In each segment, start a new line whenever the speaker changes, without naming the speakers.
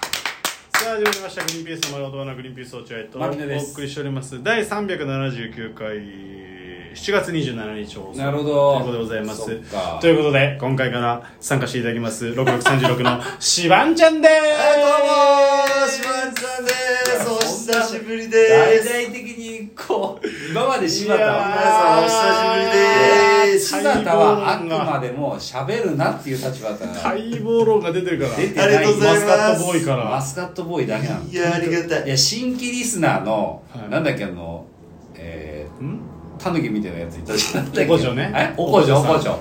さあ始まりました「グリーンピースの丸男のグリーンピース落合」と
まみねです
お送りしております第379回7月27日放送
なるほど
ということでございま
そっか
すということで今回から参加していただきます6636のしばんちゃんで
どうもー
す
シマンさんで
いや
すお久しぶ
大
りでーす
々的にこう今まで柴
い
田
や
は
皆さんお久しぶりでーす
柴田はあくまでも喋るなっていう立場だったから
待望論が出てるから
出て
ありがとうございま
マ
す
スカットボーイか
マ
ら
スカットボーイだけなの
いやありがた
い
い
や新規リスナーの、
はい
なんだっけあのえ
ん
ー、タヌキみたいなやついたじゃんなんだっけ
おこじょね
えおこじょ
お
お
こ
こ
じ
じょ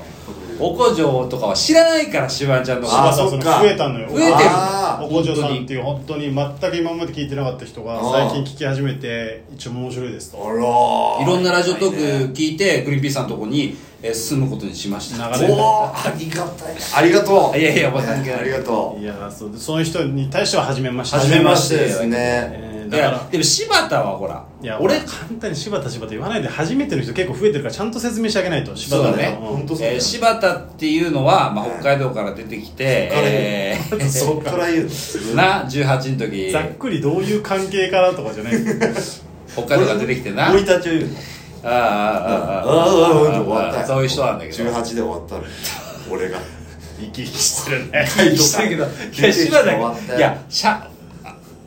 おこじょとかは知らないからしばんちゃんのこ
柴田
と
あ
そ
そ
の
っか
増えたのよ
増えてる
あ
おこじょさんっていう本当に全く今まで聞いてなかった人が
あー
最近聞き始めて一応面白いですと
あらー
いろんなラジオトーク聞いてグリーンピースさんのとこに、えー住むことにしました
流れて
おーありがたいありがとう
いやいやおばさん
ね
け
ありがと
いやそうでその人に対しては初めまして
う初めましてです
え
ね
ー
い
だから
やでも柴田はほら
いや俺
俺
簡単に柴田柴田言わないで初めての人結構増えてるからちゃんと説明してあげないと柴田
そうだね
ん
ほんとそうだ
えー
よ
柴田っていうのは、まあ、北海道から出てきて、
そっから
えー
そっから言うの
な18の時
ざっくりどういう関係からとかじゃない
北海道から出てきてなあ
生い立ちを言うの
ああああ
ああああ終わった
そういう人なんだけど
18で終わったの俺が
生き生きしてるね
してるけどいや柴
終わった
田
よ
いやしゃ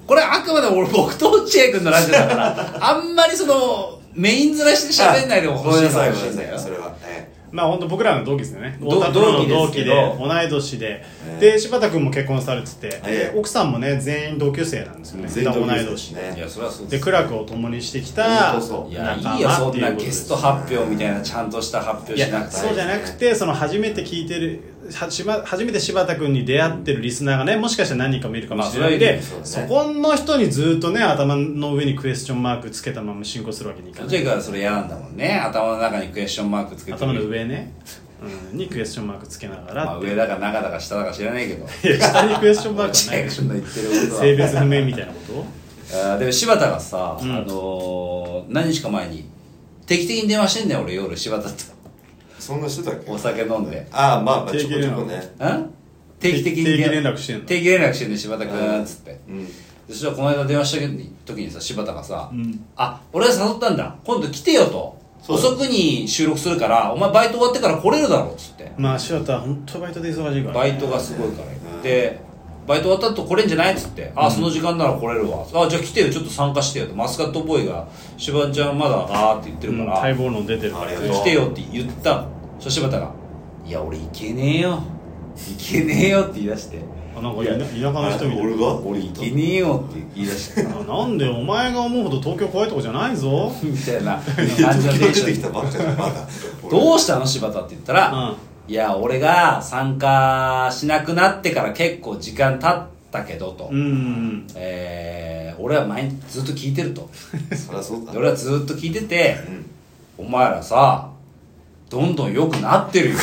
これあくまで俺僕と落合君のラジオだからあんまりそのメイン面して喋んないでほ
ご
し
めん
い
なさい
かも
ごめ
し
ん
れ
なさ
ないよ
いそれはえ
まあ本当僕らの同期ですよね
同
太田プロの同
同
期
期ですけ
で
ど
同い年で
ええ
で柴田君も結婚されててで
ええ
奥さんもね全員同級生なんですよ
え
ね
全員
同
同
い
級生です
年で
い
ね
やそれはそう
で
です
苦楽を共にしてきた
ほんとそう
いや
仲間
いいよそ
って
ん
いう
な
こと
ゲ
です
スト発表みたいなちゃんとした発表
い
しな
や
くて
そうじゃなくてその初めて聞いてるはしば初めて柴田君に出会ってるリスナーがねもしかしたら何人かもいるかもしれないんで
まあ
そう
そ
だね
この人にずっとね頭の上にクエスチョンマークつけたまま進行するわけにいかな
ジェ
い
イクはそれ嫌なんだもんね頭の中にクエスチョンマークつけて
頭の上ね、うん、にクエスチョンマークつけなが
まあ、
ら
上だか中だか下だか知らないけど
いや下にクエスチョン マーク
ジ
はな
ェ
い
イ
でしょ
君の言ってることは
性別不明みたいなこと
あーでも柴田がさ、
うん
あのー何日か前に定期的に電話してんだよ俺夜柴田と
そんな人だっけ
お酒飲んで
ああまあまあちょこちょこね
ん定期的に
定期
電話
連絡してんの
定期連絡してんね柴田君っつって
うん
そしたらこの間電話した時にさ柴田がさ「
ん
あ俺が誘ったんだ今度来てよ」と「
そう
遅くに収録するからお前バイト終わってから来れるだろ」っつって
まあ柴田は本当バイトで忙しいから、ね、
バイトがすごいから行って、バイト終わった後来れんじゃないっつって、あ、その時間なら来れるわ。あ、じゃあ来てよ、ちょっと参加してよと。マスカットボーイが、しばちゃんまだあーって言って
う
る
ん
から、
待望論出てるから
ありがとう
来てよって言ったの。そしたら柴田が、いや、俺行けねえよ。行けねえよって言い出して、
あなんか田田舎の人みたい
俺が
俺行けねえよって言い出して、
ななんでお前が思うほど東京怖いとこじゃないぞ
みたいな感
東
じの
京
テン
出
シ
て
ョ
き
ン
たばっかだまだ
どうしたの柴田って言ったら、
うん
いや俺が参加しなくなってから結構時間経ったけどと、
うん
えー俺は毎日ずっと聞いてると
うそりゃそうだ
で俺はずっと聞いてて
うん
「お前らさどんどん良くなってるよ」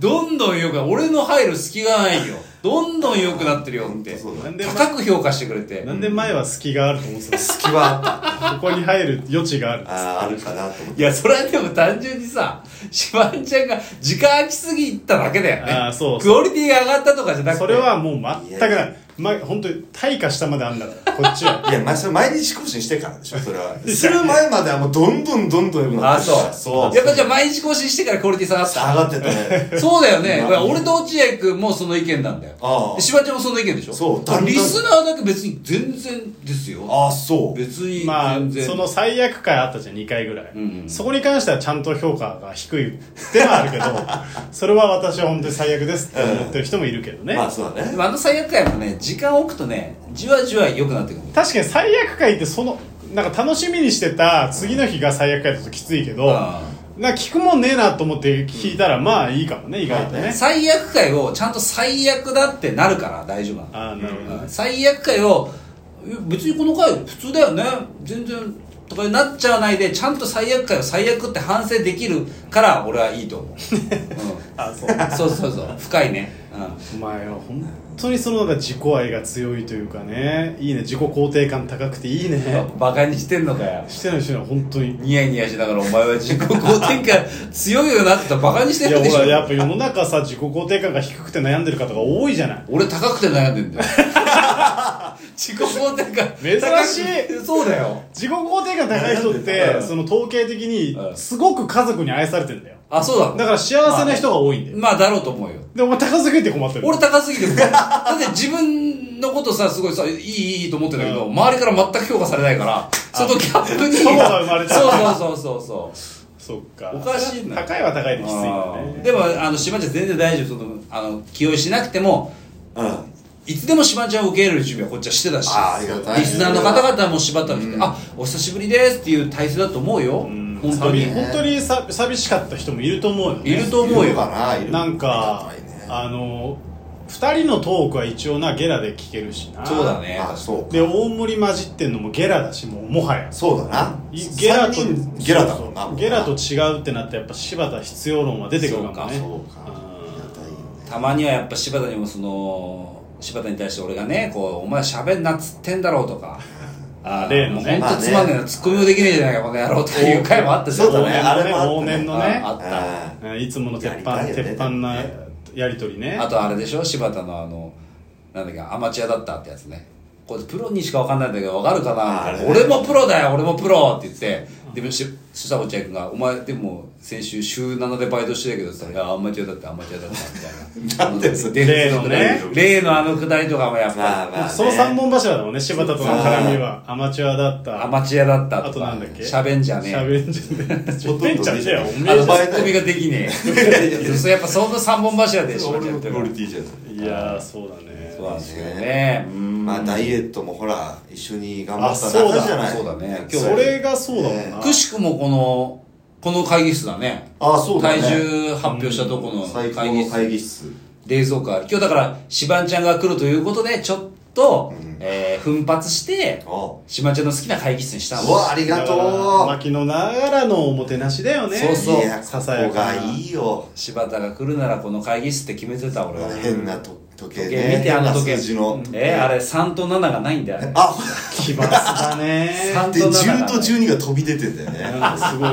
どんどん良くな俺の入る隙がないよどんどん良くなってるよって
そうだ
なんで
高く評価してくれて
なんで前は隙があると思ってたの
隙はあった
ここに入る余地がある
あーあるかなと思っ
いやそれはでも単純にさしばんちゃんが時間空きすぎただけだよね
あーそうそう
クオリティが上がったとかじゃなくて
それはもう全く
い
な
や
い、ま、本当に退化したまであんだからこっちは
ていやまあそれ毎日更新してからでしょそれはする前まではもうどんどんどんどん良くな
あ
っ
ー
てるから
そう
そ
やっぱじゃあ毎日更新してからクオリティ下がった
下がってたね
そうだよね。
まあ
俺と落合君もその意見なんだよ。
ああ
で柴田ちゃんもその意見でしょ
そう
だから
だんだん
リスナーだけ別に全然ですよ。
ああそう
別に
まあ
全然。
その最悪回あったじゃん2回ぐらい、
んうん
そこに関してはちゃんと評価が低いってのはあるけど それは私は本当に最悪ですって思ってる人もいるけどね、
まあそうだ
で
ね
もあの最悪回もね、時間を置くとね、じわじわ良くなってくる。
確かに最悪回ってそのなんか楽しみにしてた次の日が最悪回だときついけど、
あ
なんか聞くもんねえなと思って聞いたら、まあいいかもね意外とね、
最悪回をちゃんと最悪だってなるから大丈夫なの。
ああなるほどね
うん最悪回を、いや別にこの回普通だよね。全然。とかになっちゃわないで、ちゃんと最悪回を最悪って反省できるから、俺はいいと思う。う、
あそうん
そうそうそう。深いね。うん。
お前は本当にそのなんか自己愛が強いというかねいいね自己肯定感高くていいね
バカにしてんのかよ
してないしてない本当に
ニヤニヤしながらお前は自己肯定感強いよなって言ったらバカにし
い
て
や
るでし
ほ
ょ
らやっぱ世の中さ自己肯定感が低くて悩んでる方が多いじゃない
俺高くて悩んでんだよ自己肯定感
珍しい
高くそうだよ
自己肯定感高い人って、
うん
その統計的に
う、ん
すごく家族に愛されてんだよ。
あそうだ
だから幸せな人が多いんだよ。
まあだろうと思うよ
で、お前高すぎて困ってる。
俺高すぎてるだって自分のことさすごいさいいいいいいと思ってたけど、周りから全く評価されないからそのギャップに
そもそも生まれた
そうそうそうそうそう
そっか。
おかしいな
高いは高いできついん
あ
だ
ー
ね。
でもあの島ちゃん全然大丈夫そのあの気負いしなくても
うん
いつでも島ちゃんを受け入れる準備はこっちはしてたし
あーありがたい
リスナーの方々も柴田に来て「あお久しぶりです」っていう体制だと思うよ
うん
本当
寂
に
本当にさ寂しかった人もいると思うよね。
いると思う
いる
よ
かないる
なんか
ありがたいね、
あの、二人のトークは一応な、ゲラで聞けるしな。
そうだね
あそうか
で、大盛り混じってんのもゲラだし、もうもはや。
そうだない
ゲラと
三人ゲラだもん
そう
な
そうゲラと違うってなってやっぱ柴田必要論は出てくるかもね
そうかありがたいよね
たまにはやっぱ柴田にもその柴田に対して俺がねこう「お前喋んなっつってんだろ」うと か
あー例のね
もうほんとつまんねえなツッコミもできねえじゃないかこの野郎っていう回もあったじゃん
そうだねあれもあっ
往
たね
年のね
あった
う
あ
んいつもの鉄板、
やりたいよね
鉄板な
でもね
やりとりね
あとあれでしょ柴田のあのなんだっけアマチュアだったってやつねこれプロにしかわかんないんだけどわかるかな
あ
み
れ
たいな俺もプロだよ俺もプロって言ってでもしそしたら落合君が「お前でも先週週7でバイトしてたけど」って言ったら「いやアマチュアだってアマチュアだった」みたいな
なんでそ
で
れ
例のね
例のあのくだりとかもやっ
まあ
ぱ
まあ
その三本柱だもんね柴田との絡みはアマチュアだった
アマチュアだった
あ
と
と
か
なんだっけ
喋んじゃねえ
喋んじゃねえ
ほとんど ね
喋んじゃねえよおめ
あ
え
の
じゃ
ツッコミができねえそうやっぱその3本柱でしまっち
俺
ゃ
の
って
クオリティじゃない
いやーそうだね
そうなんですよねうん
まあダイエットもほら一緒に頑張った仲じゃない
あそうだそうだね今日
それがそうだもんな、
くしくもこのこの会議室だね
あそうだね
体重発表したとこの
最高
会議
の
室
会議室
冷蔵庫ある今日だからしばんちゃんが来るということでちょっと、えー奮発して
あ
しばんちゃんの好きな会議室にしたん
うわあり
だ
が
か
と
ら
う
牧野ながらのおもてなしだよね
そうそう
いや
さ
こ
さや
こ
か
が
ない
いよ
柴田が来るならこの会議室って決めてた俺は
変なと時計
時
ね
計見てあの時計
変な数字の
えーあれ3と7がないんだよあれ
あ
奇抜だね
三
で
と七がね
10と12が飛び出てんだよね
なんかすご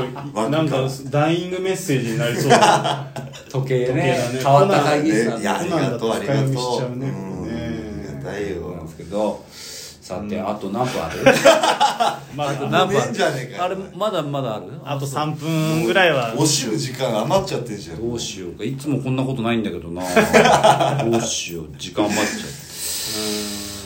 い、なんかダイイングメッセージになりそうだね。
時
時計
計ね
だね
変わった会議室なんだ
いやありがとうありが
こんなの深読みしち
と
ゃ
う
うね
うん
ね
ありがたい
そうなん
よ
ですけどさて、あと何分ある
まあ、
とねえんじゃねえかよ
あれまだまだある
あと3分ぐらいは、
お汁時間余っちゃってんじゃん
どうしようかいつもこんなことないんだけど などうしよう時間待っち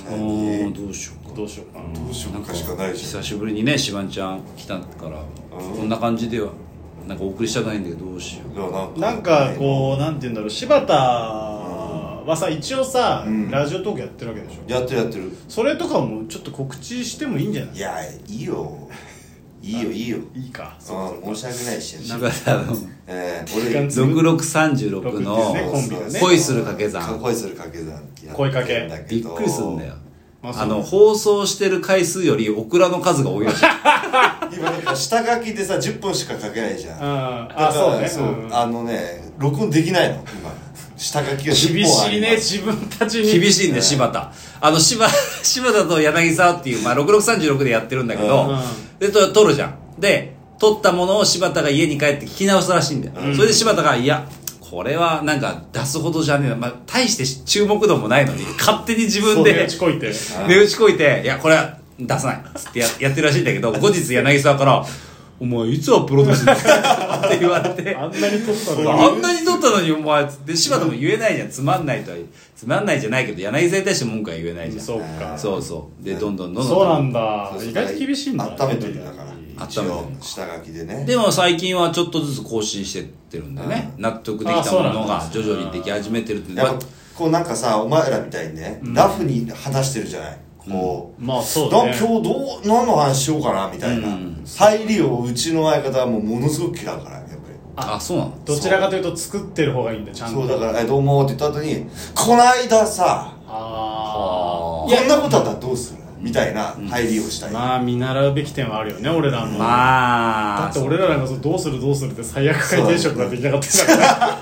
ゃううーんどうしようか
どうしようかな。
どうしようかしかないじゃ
久
ん
しぶりにねしばんちゃん来たからこんな感じではなんかお送りしたくないんだけどどうしよう
いや
なんかこう、なんて言うんだろう、柴田はさ、一応さ、
ん
ラジオトークやってるわけでしょ。
やってるやってる
それとかもちょっと告知してもいいんじゃない
いやいいよいいよいいよ
いいか。
うん申し訳ないし
なんかさ
えー
時間
俺
6636の
ねコンビがね
恋する掛け算
恋する掛け算やって
声かけ
んだど
びっくりするんだよ
まあ
あの放送してる回数よりオクラの数が多いらしい
今なんか下書きでさ10本しか書けないじゃん
うんあ
だから
そうねうん
あのね録音できないの今下書きが10
厳
本あ
しい
り
ね、
ます
自分たちに。
厳しいんだよ柴田あの柴 柴田と柳沢っていう、まあ、6636でやってるんだけど、
うん
でと撮るじゃんで撮ったものを柴田が家に帰って聞き直したらしいんだよ、それで柴田が「いやこれはなんか出すほどじゃねえな、まあ、大して注目度もないのに勝手に自分
そう
で
ね、打ちこいて。
値打ちこいて、いや、これは出さない。つってややってるらしいんだけど、後日柳沢から、お前いつアップロードする んだって言われて、
あんなに撮ったのに。
あんなに撮ったのにお前、つって柴田も言えないじゃん。つまんないとは言う、つまんないじゃないけど、柳沢に対して文句は言えないじゃん。
そうか。
そうそう。で、どんどんどんどん。
そうなんだ
そう。そう
意外と厳しいんだ。
温めといてだから一
温め
応
て
下書きでね
でも最近はちょっとずつ更新してってるんだよね。納得できたもの
あ
が
そう
徐
なんだ
々にでき始めてるっていうの
やっ
は
ぱ。こうなんかさお前らみたいにねラフに話してるじゃないこう
まあそう
な
だね
今日どう何の話しようかなみたいな入りをうちの相方はもうものすごく嫌うからやっぱり
あ、そうなの
どちらかというと作ってる方がいいんだよちゃんと
そうだから「えどうも」って言った後に「こないださ
あ
こんなことあったらどうする?」みたいな入りをした
あ
い
まあ見習うべき点はあるよね俺らも
まあ。
だって俺らなんかそうどうするどうするって最悪回転職ができなかったか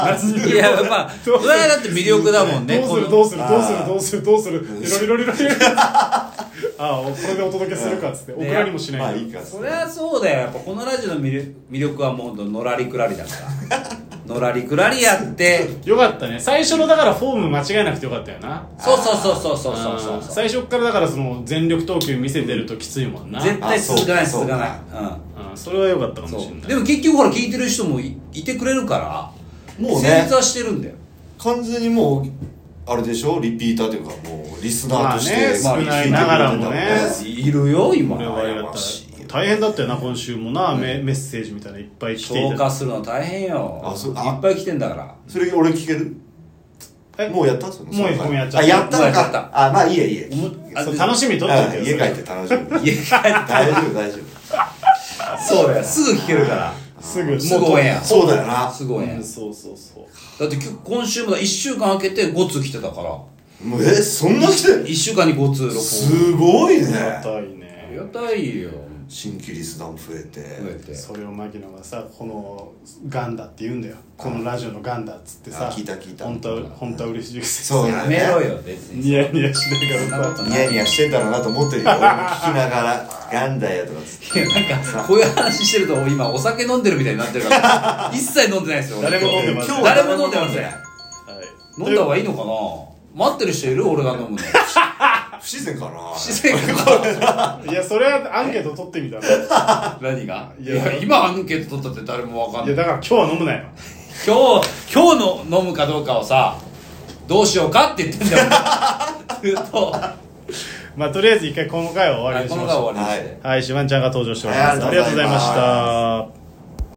ら何
いや、まあ、それはだって魅力だもんね。
どうするどうするどうするどうするどうするどうするロリロリロリロリああこれでお届けするかっつって
ね
送らにもし
ま
な
あ
い
いい
で
か
そりゃそうだよやっぱこのラジオの魅力魅力はもうのらりくらりだからのらりくらりや って
よかったね最初のだからフォーム間違えなくてよかったよな
そうそうそうそうそうそう
あ
そ
ー
う
最初っからだからその全力投球見せてるときついもんな
絶対
あそう
続かない
そう
続かないうん
うんそれは良かったかもしれ
そ
な
う
い
でも結局ほら聞いてる人もいいてくれるから
もうね
成立はしてるんだよ
完全にもうあれでしょリピーターというかもうリスナーとし
まあね
て
少ないながらもね
いるよ今
俺はやっ
羨ま
た
し
大変だったよな今週もな、メメッセージみたいなのいっぱい来てい
消
た
化するの大変よ
あそう
い
あ
っぱい来てんだから
それ俺聞ける
え
もうやったその
もう
その
もうやっちゃった
あやった
もうや
の
っちゃっ
かあまあいいやいいや
おもあ
そう楽しみに撮っといて
う
よ
ん
そ
家
れ
帰って楽しみ
家帰っ
大丈夫大丈
たそうやすぐ聞けるから
すぐ
す
もう
ごいや
夫そうだよな
すごいや
うんそうそうそう
だって今日今週もだ1週間空けて5通来てたから
もうえそんな来てんの
1週間に5通6通
すごい
ありが
ね
たい
あ
ね
りがたいよ
新規リスナーも増えて
増えて
それを牧野がさこのガンダって言うんだよこのラジオのガンダっつってさ
あ聞いた聞いた
本当は本当は嬉しいくせ
そう
や
だ
めろ
ね
よ別 に
ニヤニヤしながらさ
ニヤニヤしてんだろうなと思ってるよ俺も聞きなが ら「やんだよ」とかつって
いやなんかこういう話してると今お酒飲んでるみたいになってるから 一切飲んでないですよ俺
誰も飲んでません
今日誰も飲んでません
はい
飲んだ方がいいのかな待ってる人いる俺が飲むの
不自然かな
自然か
いやそれはアンケート取ってみた ら
な何がい
い
や
や
今アンケート取ったって誰もわかん
い
な
や
い
だから今日は飲むなよ
今日今日の飲むかどうかをさどうしようかって言ってん だよずっとは
まあとりあえず一回この回は終わり
い
に
こ
しま
の回
しょ
終わりにして
は
うはいシマンちゃんが登場しております
はい
あ
あ
り
り
がと
がと
うご
う
ざ
ござ
い
い
ま
ま
し
す
た